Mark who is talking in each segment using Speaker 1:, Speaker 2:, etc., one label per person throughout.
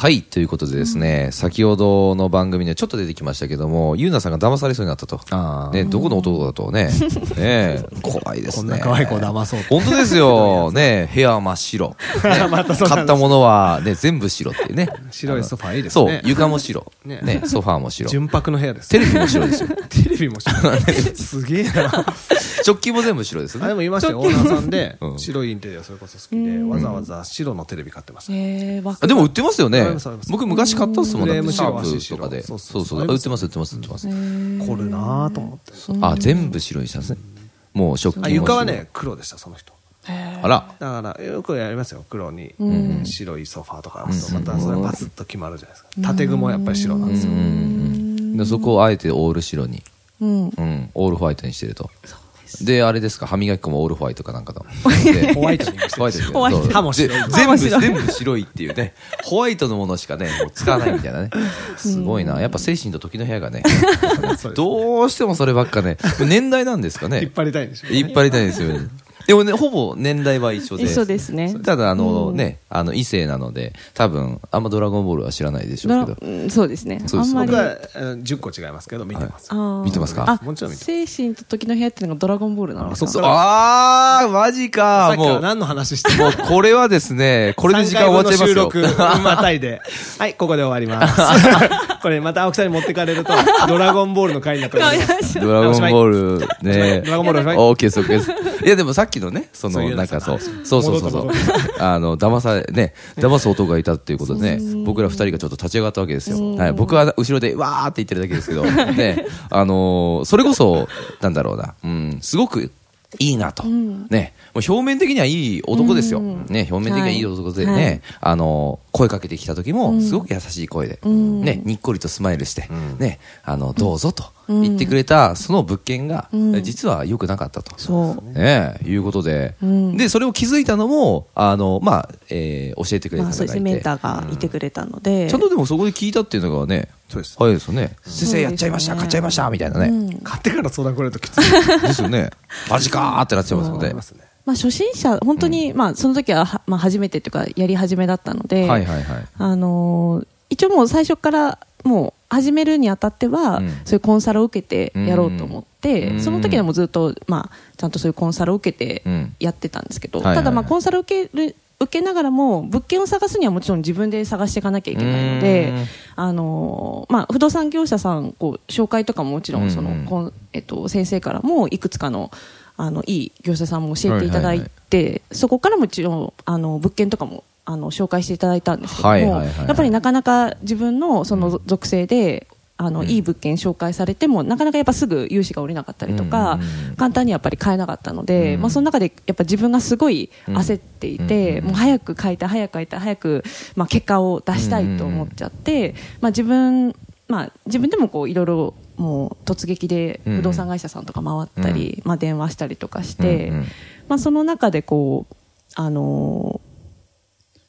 Speaker 1: はい。ということでですね、先ほどの番組でちょっと出てきましたけども、ゆうなさんが騙されそうになったと。
Speaker 2: あー
Speaker 1: ね、どこの男だ とね。ね怖いです
Speaker 2: こん
Speaker 1: ね。
Speaker 2: な可愛い子騙 そうと。
Speaker 1: 本当ですよ。ね部屋真っ白。
Speaker 2: また
Speaker 1: 買ったものは、ね、全部白っていうね。
Speaker 2: 白いソファーいいです
Speaker 1: そう
Speaker 2: ね。、
Speaker 1: 床も白。
Speaker 2: ね
Speaker 1: ね、ソファー も白。
Speaker 2: 純白の部屋です。
Speaker 1: テレビも白いですよ。
Speaker 2: テレビも白 い。すげえな。
Speaker 1: 食器も全部白です
Speaker 2: あ
Speaker 1: ね
Speaker 2: れ。も言いましたよ。オーナーさんで
Speaker 1: う、ん
Speaker 2: 白いインテリアそれこそ好きで、わざわざ白のテレビ買ってました。
Speaker 3: えー、わか
Speaker 1: あでも売ってますよ
Speaker 2: あ
Speaker 1: ね
Speaker 2: りますありま。す
Speaker 1: 僕昔買ったっすも
Speaker 2: フ
Speaker 1: ん
Speaker 2: レ
Speaker 1: ね。
Speaker 2: ーム
Speaker 1: シャ
Speaker 2: 白
Speaker 1: ープとかで。
Speaker 2: 足
Speaker 1: そ
Speaker 2: 白そう
Speaker 1: う
Speaker 2: そう
Speaker 1: そう。あ売ってます、売ってます、売ってます。
Speaker 2: これなあと思って。
Speaker 1: あ、全部白にしたんですね。もう食器も
Speaker 2: あ
Speaker 1: 白い
Speaker 2: 床はね、黒でした、その人。
Speaker 1: あら。
Speaker 2: だから、よくやりますよ。黒に白いソファーとかあると、
Speaker 1: う
Speaker 2: ま
Speaker 1: ん
Speaker 2: たそれパツッと決まるじゃないですか。縦雲はやっぱり白なんですよ。
Speaker 1: でそこをあえてオール白に、
Speaker 3: う
Speaker 1: う
Speaker 3: ん。
Speaker 1: ん、オールホワイトにしてると。で、あれですか、歯磨き粉もオールホワイトかなん かだ。で
Speaker 2: ホワイトにしてる
Speaker 1: ホワイトにしてる
Speaker 3: ホワイト
Speaker 1: そう
Speaker 2: 歯も白い
Speaker 1: で全部、全部白いっていうね。ホワイトのものしかね、もう使わないみたいなね。すごいな。やっぱ精神と時の部屋がね、
Speaker 2: そうです
Speaker 1: どうしてもそればっかね、年代なんですかね。
Speaker 2: 引っ張りたいんでしょ。
Speaker 1: いっぱいいたいですよね。でもね、ほぼ年代は一緒で。
Speaker 3: 一緒ですね
Speaker 1: ただ、あのね、あの、異性なので、多分、あんまドラゴンボールは知らないでし
Speaker 3: ド
Speaker 1: ょう
Speaker 3: ラ
Speaker 1: けど。
Speaker 3: うんそうですね。
Speaker 1: そうです
Speaker 3: あんまり
Speaker 2: 僕。はあの10個違いますけど、見てます。
Speaker 3: あー
Speaker 1: 見てますか
Speaker 3: あ
Speaker 2: もちろん見て
Speaker 3: 精神と時の部屋っていうのがドラゴンボールなの
Speaker 2: そっから
Speaker 1: あー、マジ
Speaker 2: さ
Speaker 1: か
Speaker 2: っ。きか
Speaker 1: も
Speaker 2: ら
Speaker 1: う、
Speaker 2: 何の話しても
Speaker 1: もうこれはですね、これで時間終わっちゃいますよ。
Speaker 2: 3回分の収録、またい で。はい、ここで終わります。これまた青木さんに持ってかれると、ドラゴンボールの回になっております。
Speaker 1: ドラゴンボールね。
Speaker 2: ドラゴンボールおしまい
Speaker 1: オーケーです、オーケーです。いや、でもさっきのね、そ
Speaker 2: そう
Speaker 1: の、
Speaker 2: いう
Speaker 1: な
Speaker 2: の
Speaker 1: ん
Speaker 2: さ
Speaker 1: かそう、そうそうそうそ
Speaker 2: 戻
Speaker 1: う
Speaker 2: っ。
Speaker 1: あの、騙され、ね、騙す男がいたっていうことでね、僕ら二人がちょっと立ち上がったわけですよ。はい、僕は後ろで、わーって言ってるだけですけど、ね、あのー、それこそ、なんだろうな、うん、すごく、いいなと。ね。もう表面的にはいい男ですよ。ね。表面的にはいい男で
Speaker 3: はいは
Speaker 1: ね。あのー、声かけてきた時も、すごく優しい声で、ね。にっこりとスマイルして、ね。あの、どうぞと言ってくれた、その物件が、実は良くなかったと。
Speaker 3: そう。
Speaker 1: ええ、いうことで、で、それを気づいたのも、あの、まあ、えー教えてくれ
Speaker 3: ま
Speaker 1: た
Speaker 3: あ
Speaker 1: 方
Speaker 3: そうで
Speaker 1: が
Speaker 3: す
Speaker 1: い
Speaker 3: ね、メン
Speaker 1: て、
Speaker 3: ターがいてくれたので。
Speaker 1: ちゃんとでもそこで聞いたっていうのがね、
Speaker 2: そうです
Speaker 1: 早いですよね。先生
Speaker 3: ね
Speaker 1: やっちゃいました、買っちゃいました、みたいなね。
Speaker 2: 買ってから相談来るときつい。
Speaker 1: ですよね。マジかーってなっちゃいますので。
Speaker 3: まあ初心者、本当に、まあその時はは、まあ初めてというか、やり始めだったので。
Speaker 1: はいはいはい。
Speaker 3: あのー一応もう最初からもう始めるにあたっては、
Speaker 1: うん
Speaker 3: そういうコンサルを受けてやろうと思って、
Speaker 1: うん
Speaker 3: その時はもうずっと、まあ、ちゃんとそういうコンサルを受けて
Speaker 1: うん
Speaker 3: やってたんですけど、
Speaker 1: はいはいはい
Speaker 3: ただまあコンサルを受ける受けながらも物件を探すにはもちろん自分で探していかなきゃいけないので
Speaker 1: うん、
Speaker 3: あのーまあ、不動産業者さんこう紹介とかももちろんその、
Speaker 1: うん
Speaker 3: こんえっと、先生からもいくつかのあのいい業者さんも教えていただいて、そこからもちろんあの物件とかもあの紹介していただいたんですけども、
Speaker 1: はいはいはい
Speaker 3: やっぱりなかなか自分のその属性で、あのいい物件紹介されてもなかなかやっぱすぐ融資が下りなかったりとか、
Speaker 1: うんうんうん
Speaker 3: 簡単にやっぱり買えなかったので、
Speaker 1: うん
Speaker 3: まあ、その中でやっぱ自分がすごい焦っていて、
Speaker 1: うん
Speaker 3: もう早く買いたい早く買いたい早く、まあ、結果を出したいと思っちゃって、まあ、自分まあ、自分でもこういろいろもう突撃で不動産会社さんとか回ったり、まあ、電話したりとかして、
Speaker 1: うんうん
Speaker 3: まあ、その中でこう、あの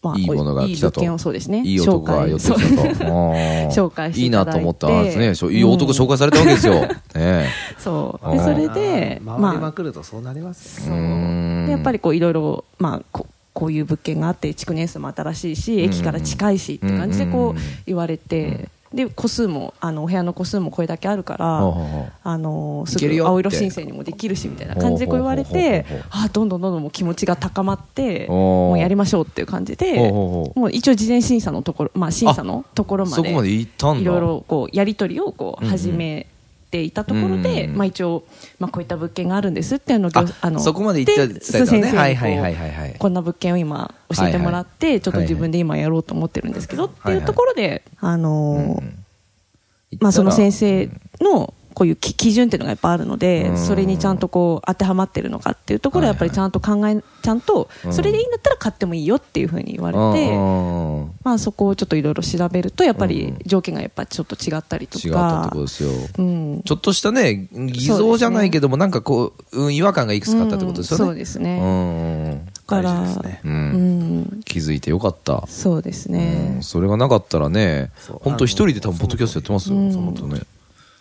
Speaker 3: ーま
Speaker 1: いいものが来たと。
Speaker 3: いい物件をそうですね
Speaker 1: いい男が寄ってきたと。
Speaker 3: 紹介
Speaker 1: 紹
Speaker 3: 紹介して
Speaker 1: いい
Speaker 3: い
Speaker 1: な
Speaker 3: ただい
Speaker 1: と
Speaker 3: て
Speaker 1: 思ったんですねしょ。いい男紹介されたわけです よ。ね
Speaker 3: そうでそれで、
Speaker 2: まあ
Speaker 3: ま
Speaker 2: 回り
Speaker 3: あ
Speaker 2: ま、くるとそうなります
Speaker 3: そう
Speaker 1: うーん
Speaker 3: でやっぱりこういろいろ、まあ、ここういう物件があって築年数も新しいし駅から近いしって感じで
Speaker 1: うんうんう
Speaker 3: こ
Speaker 1: ん
Speaker 3: う言われて、で個数もあのお部屋の個数もこれだけあるから。
Speaker 1: ほうほうほう
Speaker 3: あのす
Speaker 1: いける
Speaker 3: ぐ
Speaker 1: よって
Speaker 3: 青色申請にもできるしみたいな感じでこう言われて
Speaker 1: ほうほうほうほう
Speaker 3: あーどんどんどんどんもう気持ちが高まって
Speaker 1: おー
Speaker 3: もうやりましょうっていう感じで
Speaker 1: ほうほうほう
Speaker 3: もう一応事前審査のところ、まあ、審査のところま
Speaker 1: そこまで
Speaker 3: で
Speaker 1: 行ったんだ。
Speaker 3: いろいろこうやり取りをこう
Speaker 1: うんうん
Speaker 3: 始めていたところで、
Speaker 1: うんうん
Speaker 3: まあ、一応、まあ、こういった物件があるんですっていうのを
Speaker 1: あそこまで行った
Speaker 3: で
Speaker 1: 伝えたのね
Speaker 3: 先生にこう
Speaker 1: はいはいはいはいはい
Speaker 3: こんな物件を今教えてもらって、
Speaker 1: はいはい
Speaker 3: ちょっと自分で今やろうと思ってるんですけど、
Speaker 1: はいはい
Speaker 3: っていうところで、あのー
Speaker 1: うん
Speaker 3: まあ、その先生のこういうき基準っていうのがやっぱあるの
Speaker 1: う
Speaker 3: で
Speaker 1: ん
Speaker 3: それにちゃんとこう当てはまってるのかっていうところはやっぱりちゃんと考えちゃんと
Speaker 1: うん
Speaker 3: それでいいんだったら買ってもいいよっていうふうに言われて。
Speaker 1: うん
Speaker 3: まあ、そこをちょっといろいろ調べるとやっぱ
Speaker 1: う
Speaker 3: り
Speaker 1: ん
Speaker 3: 条件がやっぱちょっと違ったりと
Speaker 1: 違ったって
Speaker 3: か
Speaker 1: ことですよ。
Speaker 3: うん
Speaker 1: ちょっとしたね、偽造じゃないけども、なんかこう、うん違和感がいくつかあったってことですよね。
Speaker 3: うんそうですね
Speaker 1: うん
Speaker 3: だから
Speaker 2: 大事ですね
Speaker 1: う。
Speaker 3: うんん
Speaker 1: 気づいてよかった。
Speaker 3: そうです
Speaker 1: う
Speaker 3: ね
Speaker 1: んそれがなかったらね
Speaker 2: そう、
Speaker 1: 本当一人で多分ポッドキャストやってますよ。
Speaker 3: うん
Speaker 1: 本当ね。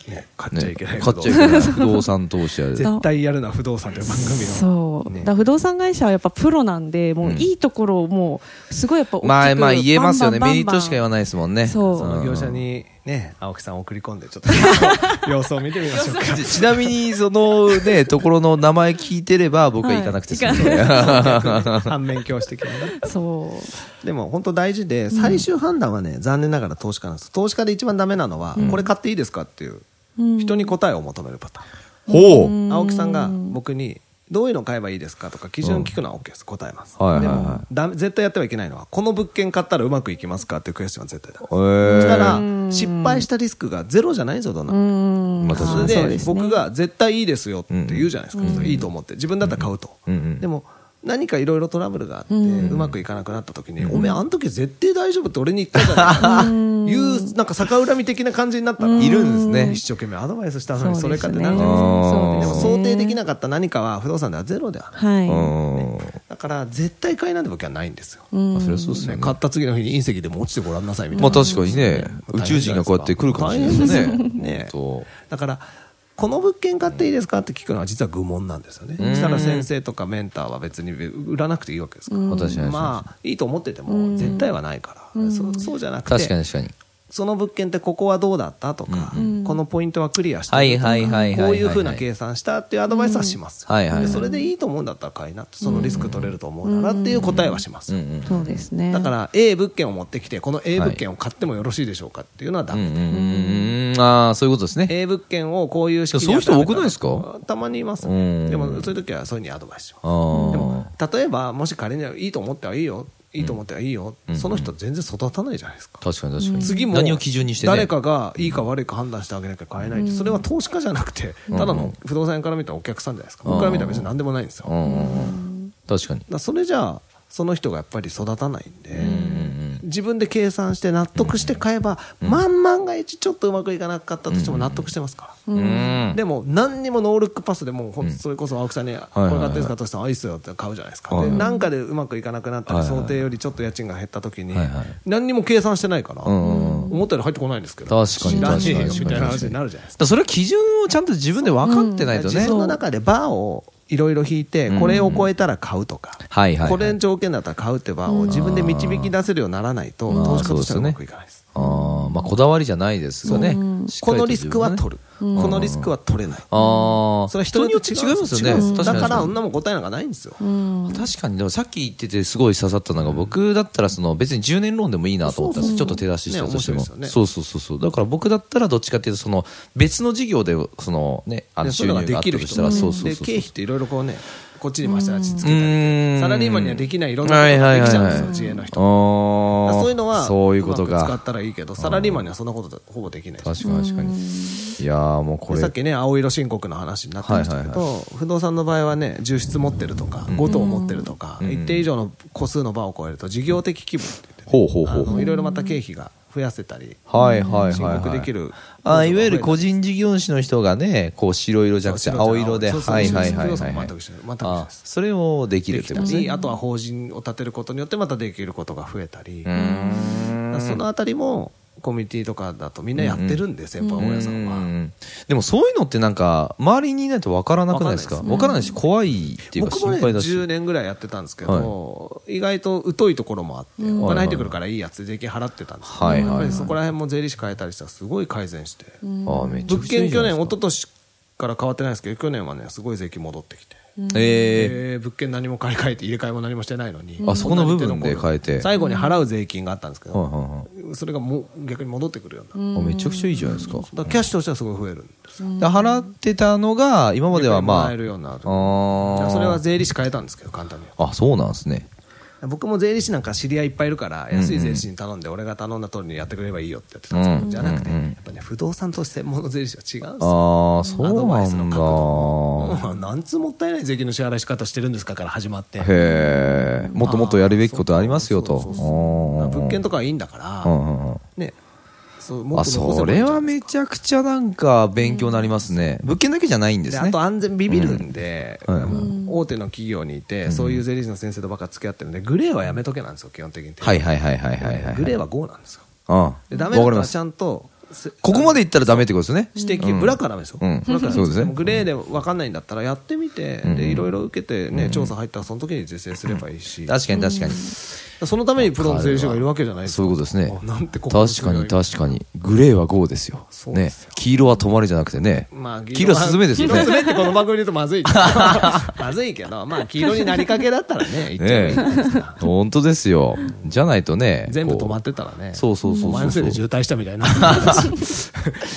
Speaker 2: ね買っちゃ
Speaker 1: ね
Speaker 2: いけない
Speaker 1: 買っちゃいけない。不動産投資や で。
Speaker 2: 絶対やるな不動産 という番組を
Speaker 3: そう
Speaker 2: ね
Speaker 3: だから不動産会社はやっぱプロなんでもういいところをもうすごいやっぱ大きく
Speaker 1: まあまあ言えますよね。
Speaker 3: バンバ
Speaker 1: メリ
Speaker 3: ン
Speaker 1: ットしか言わないですもんね。
Speaker 3: そう
Speaker 2: その業者
Speaker 1: うん
Speaker 2: にね青木さん送り込んでちょっ と様子を見てみましょうか
Speaker 1: ちちなみに、そのね、ところの名前聞いてれば、僕は行かなくて済むので。
Speaker 2: 反面教師的なね
Speaker 3: そう
Speaker 4: でも本当大事で最終判断はね、残念ながら投資家なんです投資家で一番ダメなのは、これ買っていいですかっていう
Speaker 3: うん
Speaker 4: 人に答えを求めるパター ン、
Speaker 1: ほう
Speaker 4: 青木さんが僕にどういうの買えばいいですかとか基準聞くのは OK です答えます、
Speaker 1: はいはい
Speaker 4: で
Speaker 1: はい
Speaker 4: もだ絶対やってはいけないのはこの物件買ったらうまくいきますかっていうクエスチョンは絶対だ、
Speaker 1: へー
Speaker 4: そしたら失敗したリスクがゼロじゃないぞどんな
Speaker 3: う
Speaker 4: の
Speaker 3: ん
Speaker 1: まあ
Speaker 4: それ
Speaker 1: 確か
Speaker 4: で
Speaker 1: に
Speaker 3: そうですね
Speaker 4: 僕が絶対いいですよって言うじゃないですか、それいいと思って自分だったら買うと、
Speaker 1: うんうん
Speaker 4: でも何かいろいろトラブルがあって、うまくいかなくなった時に、おめえあの時絶対大丈夫って俺に言ったじゃないいうなんか逆恨み的な感じになったの
Speaker 1: いるんですね
Speaker 4: 一生懸命アドバイスしたのにそれかって
Speaker 3: そ
Speaker 4: な
Speaker 3: う
Speaker 4: る
Speaker 3: で
Speaker 4: じ
Speaker 3: す
Speaker 4: ゃないですか
Speaker 3: ね
Speaker 4: でも
Speaker 3: そう
Speaker 4: 想
Speaker 3: ですね
Speaker 4: 定できなかった何かは不動産ではゼロではない
Speaker 3: はい
Speaker 1: うん
Speaker 4: だから絶対買えないって僕はないんですよ、
Speaker 1: まあそりゃそうですよ
Speaker 4: ね
Speaker 1: ね。
Speaker 4: 買った次の日に隕石でも落ちてごらんなさいみたい
Speaker 1: ま
Speaker 4: な、
Speaker 1: あ確かにね、宇宙人がこうやって来るかもしれないです
Speaker 4: 大変
Speaker 1: ね。
Speaker 4: ですよね
Speaker 1: そう
Speaker 4: だからこの物件買っていいですかって聞くのは実は愚問なんですよねそしたら先生とかメンターは別に売らなくていいわけですから、
Speaker 1: 私は
Speaker 4: まあいいと思ってても絶対はないから、そうそうじゃなくて
Speaker 1: 確かに確かに。
Speaker 4: その物件ってここはどうだったとか、このポイントはクリアして
Speaker 1: は
Speaker 4: る
Speaker 1: い
Speaker 4: とか
Speaker 1: はいはいはいはいはい
Speaker 4: こういうふうな計算したっていうアドバイスはします、
Speaker 1: うんはいはいはい
Speaker 4: でそれでいいと思うんだったら買いなってそのリスク取れると思うならっていう答えはします、
Speaker 1: うんうん
Speaker 3: そうですね
Speaker 4: だから A 物件を持ってきてこの A 物件を買ってもよろしいでしょうかっていうのはダ
Speaker 1: う
Speaker 4: メ、
Speaker 1: んうんうん。ああ、そういうことですね。
Speaker 4: A 物件をこういう式に
Speaker 1: そういう人多くないですか
Speaker 4: たまにいます、
Speaker 1: うん
Speaker 4: でもそういう時はそういうふうにアドバイスします
Speaker 1: あー
Speaker 4: 例えばもし仮にいいと思ってはいいよいいと思ってはいいよ、その人全然育たないじゃないですか、
Speaker 1: 確かに確かに。
Speaker 4: 次も
Speaker 1: 何を基準にしてね。
Speaker 4: 誰かがいいか悪いか判断してあげなきゃ買えないって、それは投資家じゃなくてただの不動産屋から見たお客さんじゃないですか、僕から見たら別に何でもないんですよ、
Speaker 1: う
Speaker 4: だか
Speaker 1: んうんうん。確かに。
Speaker 4: らそれじゃあその人がやっぱり育たないんで、自分で計算して納得して買えば、万万が一ちょっとうまくいかなかったとしても納得してますから、
Speaker 1: うん。
Speaker 4: でも何にもノールックパスでもうほんとそれこそ青木さんに「これ買っていいですか?」とさん「あいいっすよ」って買うじゃないですか、
Speaker 1: はい
Speaker 4: でなんかでうまくいかなくなったり、
Speaker 1: はいはい
Speaker 4: 想定よりちょっと家賃が減った時に、
Speaker 1: はいはい
Speaker 4: 何にも計算してないから、
Speaker 1: うんうんうん
Speaker 4: 思ったより入ってこないんですけど
Speaker 1: 確かに
Speaker 4: 知らねえ
Speaker 1: 確
Speaker 4: よ
Speaker 1: かに
Speaker 4: みたいな話になるじゃないで
Speaker 1: だか
Speaker 4: すか
Speaker 1: らそれは基準をちゃんと自分で分かってないとね。
Speaker 4: 自分の中でバーをいろいろ引いてこれを超えたら買うとか、
Speaker 1: はいはいはい
Speaker 4: これの条件だったら買うってバーを自分で導き出せるようにならないと
Speaker 1: ん
Speaker 4: 投資家としてはうまくいかないです
Speaker 1: ああ、まあこだわりじゃないですよね。しっか
Speaker 4: こ
Speaker 1: り
Speaker 4: の
Speaker 1: と
Speaker 4: リ
Speaker 1: 自
Speaker 4: ス
Speaker 1: 分
Speaker 4: クは
Speaker 1: のね
Speaker 4: 取る、このリスクは取れな
Speaker 1: あ
Speaker 4: い
Speaker 1: あ。
Speaker 4: それは人によって違
Speaker 1: 人
Speaker 4: うん
Speaker 1: によ
Speaker 4: です
Speaker 1: って
Speaker 4: よ
Speaker 1: 違いますよね。
Speaker 4: だ
Speaker 1: 確に
Speaker 4: から女も答えなんかないんですよ、
Speaker 1: 確かにでもさっき言っててすごい刺さったのが僕だったらその別に10年ローンでもいいなと思ったんですちょっと手出ししたとしても、
Speaker 4: ね面白いです
Speaker 1: そうそうそうそうだから僕だったらどっちかっていうとその別の事業でそのねあの
Speaker 4: でそ
Speaker 1: 収
Speaker 4: ういう
Speaker 1: 入
Speaker 4: の
Speaker 1: があっ
Speaker 4: が
Speaker 1: た
Speaker 4: で
Speaker 1: と
Speaker 4: きる
Speaker 1: し
Speaker 4: 人
Speaker 1: たらそうそう
Speaker 4: で
Speaker 1: そう
Speaker 4: 経費っていろいろこうねこっちに回したらあっちにつ
Speaker 1: う
Speaker 4: け
Speaker 1: ー
Speaker 4: た
Speaker 1: ん
Speaker 4: りサラリーマンにはできないいろんな
Speaker 1: は
Speaker 4: こ
Speaker 1: い
Speaker 4: と
Speaker 1: はい
Speaker 4: がで
Speaker 1: はい
Speaker 4: きちゃうん
Speaker 1: は
Speaker 4: です
Speaker 1: い
Speaker 4: よ自営の人
Speaker 1: あー
Speaker 4: そういうのは
Speaker 1: そういうこと
Speaker 4: まく使
Speaker 1: か
Speaker 4: ったらいいけどサラリーマンにはそんなことほぼできない
Speaker 1: 確かに確かにいやーもうこ
Speaker 4: で
Speaker 1: れ
Speaker 4: さっきね青色申告の話になってましたけ
Speaker 1: は
Speaker 4: ど不動産の場合はね住室持ってるとか5棟持ってるとか
Speaker 1: ん
Speaker 4: 一定以上の個数の場を超えると事業的規模って言って
Speaker 1: ほうほう
Speaker 4: あ
Speaker 1: ほう
Speaker 4: のいろいろまた経費が増やせたり
Speaker 1: はいはいはい、はい、
Speaker 4: 申告できる
Speaker 1: あいわゆる個人事業主の人がねこう白色じゃなくて
Speaker 4: そう白
Speaker 1: 青
Speaker 4: じゃない
Speaker 1: 色で
Speaker 4: そうそう
Speaker 1: はいはいはい
Speaker 4: そう
Speaker 1: は
Speaker 4: そ
Speaker 1: いうはい
Speaker 4: 全く一緒全く一緒
Speaker 1: あ
Speaker 4: です
Speaker 1: それをできる
Speaker 4: で
Speaker 1: っ
Speaker 4: き
Speaker 1: て
Speaker 4: た
Speaker 1: こと
Speaker 4: りあとは法人を立てることによってまたできることが増えたりだからそのあたりもコミュニティとかだとみんなやってるんで先輩大家さん
Speaker 1: う
Speaker 4: は。
Speaker 1: んでもそういうのってなんか周りにいないとわからなくないですかわからないし怖いっていうか
Speaker 4: 僕
Speaker 1: 心
Speaker 4: もね
Speaker 1: 配だし、
Speaker 4: 10年ぐらいやってたんですけど、意外と疎いところもあってお金入ってくるからいいやつで税金払ってたんですけど
Speaker 1: はいはい
Speaker 4: や
Speaker 1: はい
Speaker 4: っぱりそこら辺も税理士変えたりしたらすごい改善して
Speaker 1: ああめっちゃ
Speaker 4: 物
Speaker 1: くちゃい
Speaker 4: 件
Speaker 1: いじゃ
Speaker 4: 去
Speaker 1: ない
Speaker 4: 年
Speaker 1: で
Speaker 4: 一
Speaker 1: すか
Speaker 4: 昨年から変わってないですけど去年はねすごい税金戻ってきて。
Speaker 1: ええ
Speaker 4: えー物件何も買い替えて入れ替えも何もしてないのに、
Speaker 1: あそこの部分で変えて
Speaker 4: 最後に払う税金があったんですけ
Speaker 1: はい
Speaker 4: ど、
Speaker 1: は
Speaker 4: それがもう逆に戻ってくるようない
Speaker 1: はいあめちゃくちゃいいじゃないですか
Speaker 4: だからキャッシュとしてはすごい増えるんですよ
Speaker 1: で払ってたのが今まではまあ
Speaker 4: 逆にもらえるようになる
Speaker 1: あー
Speaker 4: それは税理士変えたんですけど簡単に
Speaker 1: あそうなんですね
Speaker 4: 僕も税理士なんか知り合いいっぱいいるから、安い税理士に頼んで、俺が頼んだ通りにやってくれればいいよってやってたんですけど、
Speaker 1: うん
Speaker 4: じゃなくて、
Speaker 1: う
Speaker 4: や
Speaker 1: ん
Speaker 4: っぱね、不動産投資専門の税理士は違うんですよ。
Speaker 1: ああ、そ
Speaker 4: アド
Speaker 1: う
Speaker 4: バイ
Speaker 1: な
Speaker 4: スの
Speaker 1: んだ
Speaker 4: 角。度も、うん なんつうもったいない税金の支払い仕方してるんですかから始まって、
Speaker 1: へえ、もっともっとやるべきことありますよと。
Speaker 4: そうそうそう
Speaker 1: あー
Speaker 4: 物件とかはいいんだから、
Speaker 1: うんうんうん
Speaker 4: ね、そう
Speaker 1: あ、
Speaker 4: もっと残せ
Speaker 1: そ
Speaker 4: ばい
Speaker 1: れ
Speaker 4: いんじゃ
Speaker 1: は
Speaker 4: ないですか
Speaker 1: めちゃくちゃなんか勉強になりますね。物件だけじゃないんで
Speaker 4: ですあ
Speaker 1: ね。
Speaker 4: と安全ビビるんで、
Speaker 1: うん
Speaker 4: あの大手の企業にいて、そういう税理士の先生とばっか付き合ってるんで、グレーはやめとけなんですよ、基本的に。
Speaker 1: はいはいはいはいはいはい。
Speaker 4: グレーは5なんですよ。
Speaker 1: うん。わ
Speaker 4: で
Speaker 1: か
Speaker 4: ダメな
Speaker 1: り
Speaker 4: の
Speaker 1: ま
Speaker 4: は
Speaker 1: す
Speaker 4: ち。ゃんと、せ
Speaker 1: ここまで行ったらダメってことですね。
Speaker 4: 指摘、ブラックはダメですよ。
Speaker 1: うん
Speaker 4: ブラックはダメ
Speaker 1: そうですね
Speaker 4: もグレーで分かんないんだったら、やってみて、
Speaker 1: うん
Speaker 4: で、いろいろ受けてね、調査入ったら、その時に是正すればいいし、
Speaker 1: 確かに確かに。
Speaker 4: そのためにプロの税理士がいるわけじゃないですか
Speaker 1: そういうことですね
Speaker 4: あなんて。こ
Speaker 1: 確
Speaker 4: こ
Speaker 1: かに確かに。グレーは5ですよ。
Speaker 4: そうで
Speaker 1: ね
Speaker 4: すよ。
Speaker 1: 黄色は止まれじゃなくてね。
Speaker 4: まあ、
Speaker 1: 黄色はスズメですよ
Speaker 4: 黄色
Speaker 1: ね
Speaker 4: スズ。メってこの番組で言うとまずいけ ど。まずいけど、まあ、黄色になりかけだったら ね、言っちゃえば
Speaker 1: ね
Speaker 4: いいじゃないですか
Speaker 1: 本当ですよ。じゃないとね。
Speaker 4: 全部
Speaker 1: こう
Speaker 4: 止まってたらね。
Speaker 1: そうそうそうそう
Speaker 4: お前のせいで渋滞したみ たいな。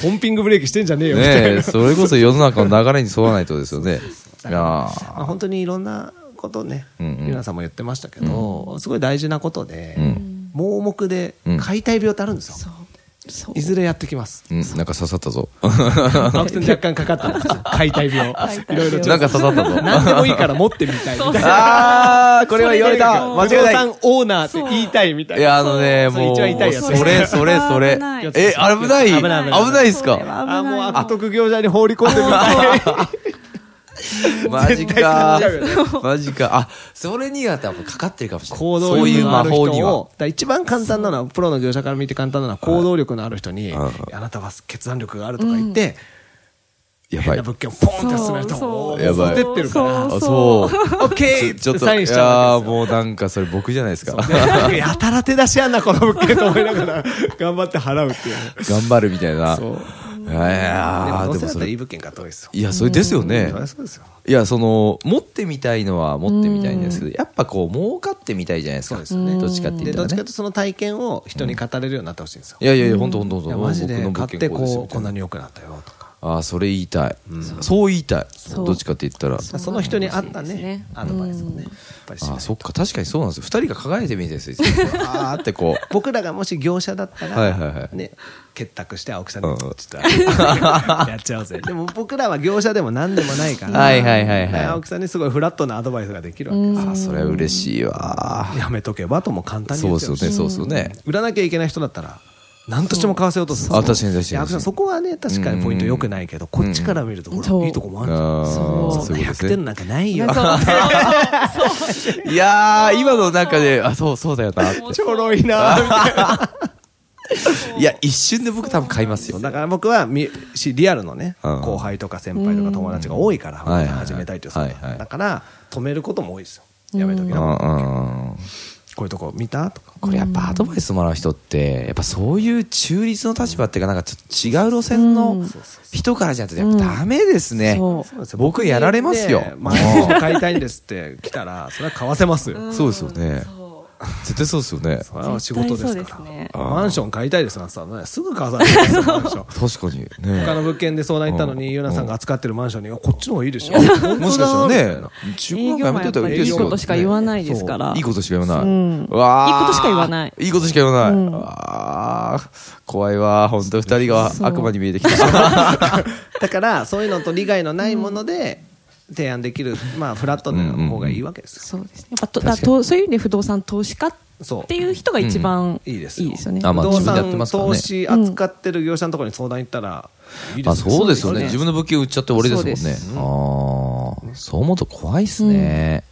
Speaker 4: ポンピングブレーキしてんじゃねえよ、みたいな。
Speaker 1: ねえ、それこそ世の中の流れに沿わないとですよね。いやー
Speaker 4: まあ、本当にいろんなことね、
Speaker 1: うんうん
Speaker 4: ゆなさんも言ってましたけど、すごい大事なことで、
Speaker 1: うん
Speaker 4: 盲目で
Speaker 1: うん
Speaker 4: 解体病ってあるんですよ。
Speaker 3: そう
Speaker 4: いずれやってきます。
Speaker 1: うん、なんか刺さったぞ。
Speaker 4: 青木さん若干かかったんで すよ。解体病。
Speaker 3: 解体
Speaker 4: いろいろちょ
Speaker 1: な
Speaker 4: っ
Speaker 1: んか刺さったぞ。
Speaker 4: 何でもいいから持ってみたいみたいな。
Speaker 1: あー、これは言われた。間違い
Speaker 4: 不動
Speaker 1: な
Speaker 4: 産オーナーって言いたいみたい
Speaker 1: い。
Speaker 4: な。
Speaker 1: いや、あのね、
Speaker 4: そう
Speaker 1: もう、
Speaker 4: 一
Speaker 1: そ
Speaker 4: 番痛いやつ
Speaker 1: れ、それ、それ
Speaker 3: 危ない。
Speaker 1: え、危ない。
Speaker 4: 危
Speaker 1: 危
Speaker 4: な
Speaker 1: ないい
Speaker 4: 危ない
Speaker 1: です
Speaker 3: それ
Speaker 1: か
Speaker 3: は
Speaker 4: あ、もう
Speaker 3: 危ない
Speaker 4: 悪徳業者に放り込んで みたい。
Speaker 1: マジ
Speaker 4: 対買
Speaker 1: か
Speaker 4: っちゃうよね。
Speaker 1: マジか。あ、それには多分かかってるかもしれない。
Speaker 4: 行動
Speaker 1: そうい
Speaker 4: 力
Speaker 1: う
Speaker 4: の
Speaker 1: 魔
Speaker 4: ある人
Speaker 1: 法
Speaker 4: を、
Speaker 1: には
Speaker 4: だ。から一番簡単なのは、プロの業者から見て簡単なのは、行動力のある人に、
Speaker 1: うん
Speaker 4: あなたは決断力があるとか言って、
Speaker 1: やば
Speaker 4: 変
Speaker 1: い
Speaker 4: な。物件をポーンって進めると、
Speaker 3: そう
Speaker 4: お
Speaker 1: やばい
Speaker 4: ー持ってってるから、
Speaker 3: そ
Speaker 1: あ、
Speaker 3: う
Speaker 1: そう。
Speaker 4: オッケー
Speaker 1: ちょっ
Speaker 4: って
Speaker 1: と、
Speaker 4: サイ
Speaker 1: い
Speaker 4: ンしちゃ
Speaker 1: や
Speaker 4: う
Speaker 1: ーもうなんかそれ僕じゃないですか。
Speaker 4: わけですよ。やたら手出しやんな、この物件と思いながら、頑張って払うっていうね。
Speaker 1: 頑張るみたいな。
Speaker 4: そう。
Speaker 1: いや
Speaker 4: で
Speaker 1: ーでも
Speaker 4: も、どうせ
Speaker 1: そ
Speaker 4: だったらいい
Speaker 1: れ。
Speaker 4: 物件買った方がいいですよ。
Speaker 1: いや、それですよね
Speaker 4: そり。ゃそうですよ。
Speaker 1: いや、その、持ってみたいのは持ってみたいんですけど、やっぱこう、儲かってみたいじゃないですか。
Speaker 4: そうですよね
Speaker 1: どっちかって
Speaker 4: で、
Speaker 1: 言
Speaker 4: どっ
Speaker 1: っ
Speaker 4: ち
Speaker 1: た
Speaker 4: からという
Speaker 1: ね。
Speaker 4: とその体験を人に語れるようになってほしいんですよ。
Speaker 1: いやいやいや、ほんとほんとほん
Speaker 4: いや、
Speaker 1: と。
Speaker 4: マジ
Speaker 1: 僕
Speaker 4: で
Speaker 1: の
Speaker 4: 買
Speaker 1: 物
Speaker 4: って
Speaker 1: 件こうです
Speaker 4: こ
Speaker 1: み
Speaker 4: う、
Speaker 1: た
Speaker 4: こ
Speaker 1: い
Speaker 4: ん
Speaker 1: な
Speaker 4: なに良くなったよとか。
Speaker 1: ああ、それ言いたい。そう言いたい。
Speaker 3: う
Speaker 1: どっちかって言ったら。
Speaker 4: その人に合った
Speaker 3: そうで
Speaker 4: ね、
Speaker 3: すね
Speaker 4: アドバイスをね、やっぱりしない
Speaker 1: あ
Speaker 4: と
Speaker 1: あ、そっか、確かにそうなんですよ。二人が輝いてみてるんですよ。いつもあーってこう。
Speaker 4: 僕らがもし業者だったら、
Speaker 1: はいはいはい
Speaker 4: ね、結託して青木さんに、
Speaker 1: うん
Speaker 4: ちょっとあれ やっちゃおうぜ。でも僕らは業者でも何でもないから、
Speaker 1: はいはいはいはい
Speaker 4: ね青木さんにすごいフラットなアドバイスができるわけですよ。
Speaker 1: ああ、それは嬉しいわ。
Speaker 4: やめとけばとも簡単に
Speaker 1: そう
Speaker 4: 言っ
Speaker 1: です
Speaker 4: ちゃ
Speaker 1: よ
Speaker 4: う
Speaker 1: ね、
Speaker 4: し、
Speaker 1: そうですよね。
Speaker 4: 売らなきゃいけない人だったら、何としても買わせようとする。
Speaker 1: あ確かに確かに
Speaker 4: いや青木さんそこはね、確かにポイント良くないけど、こっちから見ると、ほ
Speaker 3: そ
Speaker 4: ら、
Speaker 3: う
Speaker 4: いいとこもあるじゃん
Speaker 1: ああ、
Speaker 4: そ
Speaker 1: そ
Speaker 4: ん
Speaker 1: ういう
Speaker 4: な
Speaker 1: ことで
Speaker 4: 100
Speaker 1: す
Speaker 4: 点
Speaker 1: ね。
Speaker 4: なんかないよ。
Speaker 1: いやー、今の中で、あ、そう、そうだよなって。
Speaker 4: ちょろいなみたいな い
Speaker 1: や、一瞬で僕多分買いますよ。
Speaker 4: だから僕はみしリアルのね、
Speaker 1: うん
Speaker 4: 後輩とか先輩とか友達が多いから、
Speaker 1: うん
Speaker 4: 始めたいという
Speaker 1: はいはいはい
Speaker 4: だから止めることも多いですよやめとき
Speaker 1: う
Speaker 4: な、
Speaker 1: ん
Speaker 4: こ
Speaker 1: うんうん。
Speaker 4: ういうとこ見たとか
Speaker 1: これやっぱアドバイスもらう人ってやっぱそういう中立の立場っていうかなんかちょっと違う路線の人からじゃないとやっぱダメですね、
Speaker 3: そう
Speaker 1: 僕やられますよ、
Speaker 4: ね前を買いたいんですって来 たらそれは買わせますよ、
Speaker 1: そうですよね絶対そうですよね
Speaker 4: それは仕事です
Speaker 3: 絶
Speaker 4: から
Speaker 3: 対そうですね
Speaker 4: マンション買いたいですなんて言ったらねすぐ買わされるんですよマンション
Speaker 1: 確かに
Speaker 4: 他
Speaker 1: ね
Speaker 4: の物件で相談行ったのに、
Speaker 1: うん
Speaker 4: ゆなさんが扱ってるマンションに、いやこっちの方がいいでしょ。
Speaker 1: もしかしたらね中
Speaker 3: 営
Speaker 1: 国
Speaker 3: 業
Speaker 1: や
Speaker 3: マ
Speaker 1: め
Speaker 3: ン
Speaker 1: と
Speaker 3: や
Speaker 1: い方がい
Speaker 3: ったぱ
Speaker 1: い
Speaker 3: り
Speaker 1: で
Speaker 3: いい
Speaker 1: すよ
Speaker 3: ことしか言わないですから
Speaker 1: いいことしか言わない、
Speaker 3: うん
Speaker 1: わー
Speaker 3: いいことしか言わない
Speaker 1: いいことしか言わない、
Speaker 3: うん
Speaker 1: わー怖いわー本当二人が悪魔に見えてきた
Speaker 4: だから、そういうのと利害のないもので、提案できる、まあ、フラットな方がいいわけですよ。
Speaker 3: そうですねやっぱとだとそういう意味で不動産投資家っていう人が一番
Speaker 4: うん
Speaker 3: い
Speaker 4: いい
Speaker 3: い
Speaker 4: で
Speaker 3: ですす
Speaker 4: よ
Speaker 3: よね。
Speaker 1: あま
Speaker 4: 不
Speaker 1: あ
Speaker 4: 動
Speaker 1: 自分でやって
Speaker 4: 産
Speaker 1: ますからね
Speaker 4: 投資扱ってる業者のところに相談行ったら、いいで
Speaker 1: あ
Speaker 4: すよ
Speaker 1: そうですよね
Speaker 3: そうですね
Speaker 1: 自分の物件売っちゃって終わりですもんねああ
Speaker 3: そ
Speaker 1: そう思うと怖いっすね、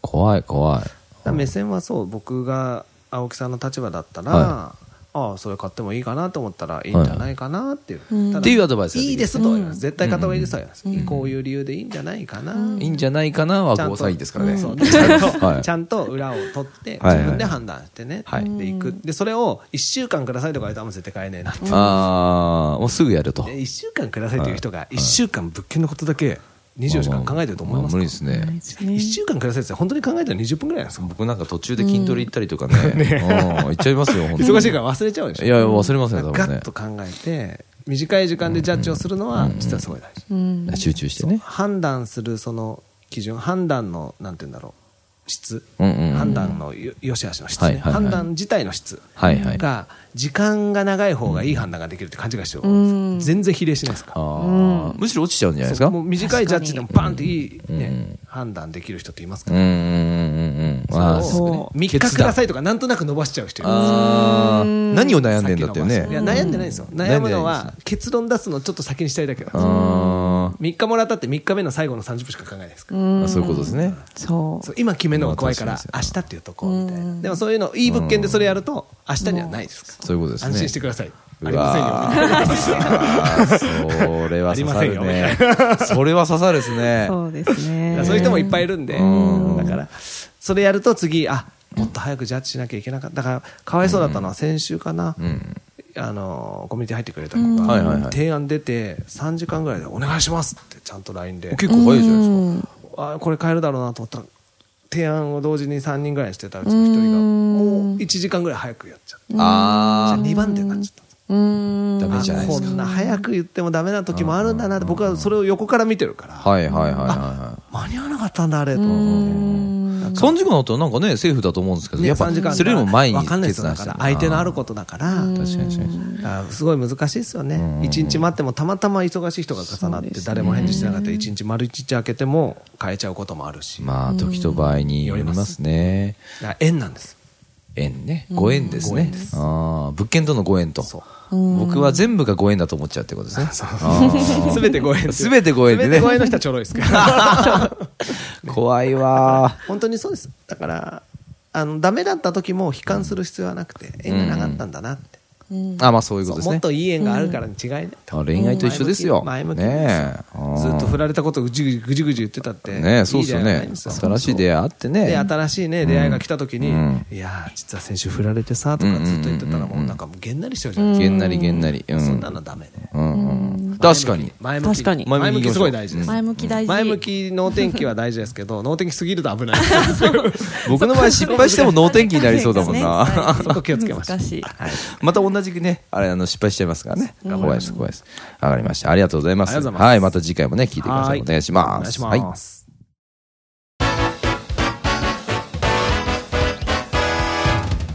Speaker 1: 怖い怖い
Speaker 4: だから目線はそう、僕が青木さんの立場だったら、
Speaker 1: は
Speaker 4: ああ、それ買ってもいいかなと思ったらいいんじゃないかなっていう。
Speaker 3: ん
Speaker 4: ただ
Speaker 1: っていうアドバイスができる
Speaker 4: いいですとは言います。絶対買った方がいいですとは言います。こういう理由でいいんじゃないかな。
Speaker 1: いいんじゃないかなは
Speaker 4: ちゃんと
Speaker 1: ゴーサインですからね、
Speaker 4: そうちゃんと、
Speaker 1: はい
Speaker 4: ちゃんと裏を取って、
Speaker 1: はい
Speaker 4: 自分で判断してね、
Speaker 1: はい
Speaker 4: で行く。で、それを1週間くださいとか言ったらもう絶対買えねえなって。
Speaker 1: ああもうすぐやると
Speaker 4: 1週間くださいという人が、1週間物件のことだけ24時間考えてると思います
Speaker 1: あ
Speaker 4: か
Speaker 1: 無理ですね
Speaker 4: 1週間くださいって本当に考えたら20分ぐらいなんですよ。
Speaker 1: 僕なんか途中で筋トレ行ったりと かね,、うん行っちゃいますよ本当に
Speaker 4: 忙しいから忘れちゃうでしょ。
Speaker 1: いや忘れませんよ多
Speaker 4: ガ
Speaker 1: 分
Speaker 4: ッ
Speaker 1: ね
Speaker 4: と考えて、短い時間でジャッジをするのは、実はすごい大事。
Speaker 3: うん
Speaker 1: 集中してね
Speaker 4: 判断するその基準、判断の、なんて言うんだろう。質、
Speaker 1: うんうんうん
Speaker 4: 判断のよ良し悪しの質、
Speaker 1: はい
Speaker 4: ね
Speaker 1: はいはい
Speaker 4: 判断自体の質
Speaker 1: はいはい
Speaker 4: が時間が長い方がいい判断ができるって勘違いしてる、
Speaker 3: ん
Speaker 4: 全然比例しないですか
Speaker 1: あ
Speaker 4: ら
Speaker 1: ーむしろ落ちちゃうんじゃないですか
Speaker 4: もう
Speaker 1: う
Speaker 4: 短いジャッジでもバンっていい、ね
Speaker 1: うん
Speaker 4: 判断できる人っていますか
Speaker 1: んうん
Speaker 4: ら、
Speaker 1: うんうんうんあー
Speaker 4: そ
Speaker 1: そう
Speaker 4: う
Speaker 1: ですね
Speaker 4: 3日くださ
Speaker 1: い
Speaker 4: いとかなんとなく伸ばしちゃう人いる
Speaker 1: あー何を悩んでんだってね
Speaker 4: いや悩んでないですよ
Speaker 1: 悩
Speaker 4: 悩
Speaker 1: んでないです
Speaker 4: むのは結論出すのちょっと先にしたいだけなんで
Speaker 1: あ
Speaker 4: す3日もらったって3日目の最後の30分しか考えないですから
Speaker 1: ーそういうことですね
Speaker 3: そ
Speaker 4: そう今決めるのが怖いか
Speaker 1: ま
Speaker 4: ら
Speaker 1: あ確か
Speaker 4: 明
Speaker 1: に
Speaker 4: 日っていうとこうみたいなでもそういうのいい物件でそれやると明日にはないですから
Speaker 1: そういうことですね
Speaker 4: 安心してくださいうありませんよ
Speaker 1: わーそれは刺さる
Speaker 4: あ
Speaker 1: ねそれは刺さるですね
Speaker 3: うそうです
Speaker 4: だか
Speaker 3: ね
Speaker 4: らそういう人もいっぱいいるんでだからそれやると次あもっと早くジャッジしなきゃいけなかっただからかわいそうだったのは先週かな
Speaker 1: うん
Speaker 4: あのコミュニティ入ってくれた子
Speaker 1: はいはいは
Speaker 4: が
Speaker 1: い
Speaker 4: 提案出て3時間ぐらいで「お願いします」ってちゃんと LINE で
Speaker 1: 結構早いじゃないですか
Speaker 4: あこれ変えるだろうなと思ったら提案を同時に3人ぐらいしてたうちの1人がもう1時間ぐらい早くやっちゃって
Speaker 1: ああ
Speaker 4: 2番手になっちゃった
Speaker 3: うん
Speaker 1: ダメじゃないで
Speaker 4: こ
Speaker 1: すか
Speaker 4: んな早く言ってもダメな時もあるんだなって僕はそれを横から見てるから
Speaker 1: はいはいはいはいはい
Speaker 4: 間に合わなかったんだあれと思ってなんか
Speaker 1: 3時間だったらなんかねセーフだと思うんですけど、
Speaker 4: ね
Speaker 1: やっぱ
Speaker 4: 3時間
Speaker 1: それよりも前に
Speaker 4: わかんないです
Speaker 1: 決
Speaker 4: よだ
Speaker 1: 断
Speaker 4: か
Speaker 1: し
Speaker 4: ら
Speaker 1: た
Speaker 4: 相手のある
Speaker 1: こ
Speaker 4: ことだから
Speaker 1: と確かに確かに
Speaker 4: あすごい難しいですよね、1日待ってもたまたま忙しい人が重なって、誰も返事してなかったら、1日、丸1日開けても変えちゃうこともあるし、
Speaker 1: まあ時と場合によりますね
Speaker 4: だから縁なんです、
Speaker 1: 縁ねご縁です
Speaker 4: ご
Speaker 1: ね
Speaker 4: 縁で
Speaker 1: ああ物件とのご縁と
Speaker 4: そう
Speaker 1: 僕は全部がご縁だと思っちゃうってことですね
Speaker 4: すべてご縁っていう
Speaker 1: すべてご縁で
Speaker 4: 全て
Speaker 1: ね
Speaker 4: ご縁の人はちょろいで すから、
Speaker 1: 怖いわ
Speaker 4: 本当にそうです、だから、あのダメだった時も悲観する必要はなくて、縁がなかったんだなって、
Speaker 1: ーあまあそういうことで
Speaker 4: そう
Speaker 1: す
Speaker 4: もっ
Speaker 1: ね
Speaker 4: といい縁があるからに違いないと。
Speaker 1: あ恋愛と一緒ですよ
Speaker 4: 前向き
Speaker 1: ね
Speaker 4: 前
Speaker 1: え
Speaker 4: 向きですずっと振られたことをぐじぐじぐじぐじ言ってたって
Speaker 1: ねえそうですよ
Speaker 4: いい出会いない
Speaker 1: ね
Speaker 4: んですよ
Speaker 1: 新しい出会いあってね
Speaker 4: で新しいね出会いが来た時に、
Speaker 1: うん
Speaker 4: いやー実は先週振られてさとかずっと言ってたらもうなんかもうげんなりしちゃうじゃない
Speaker 1: げんなりげんなりう
Speaker 4: ですか、そん
Speaker 1: ん
Speaker 4: なのダメで、
Speaker 1: うんうん確かに
Speaker 4: 前向き
Speaker 3: 確かに
Speaker 4: 前向きすごい大事です、
Speaker 3: 前向き大事
Speaker 4: 前 向き能天気は大事です けど能天気すぎると危ない
Speaker 1: 僕の場合失敗しても脳天気になりそうだもんな
Speaker 4: そこ気をつけましょう
Speaker 3: 難しい
Speaker 1: また同じくね、あれ、あの、失敗しちゃいますからね。怖いです、怖いです。わかりました。ありがとうございます。
Speaker 4: ありがとうございます
Speaker 1: はい、また次回もね、聞いてください。
Speaker 4: は
Speaker 1: お願いします。
Speaker 4: お願いし
Speaker 1: はい
Speaker 4: ます、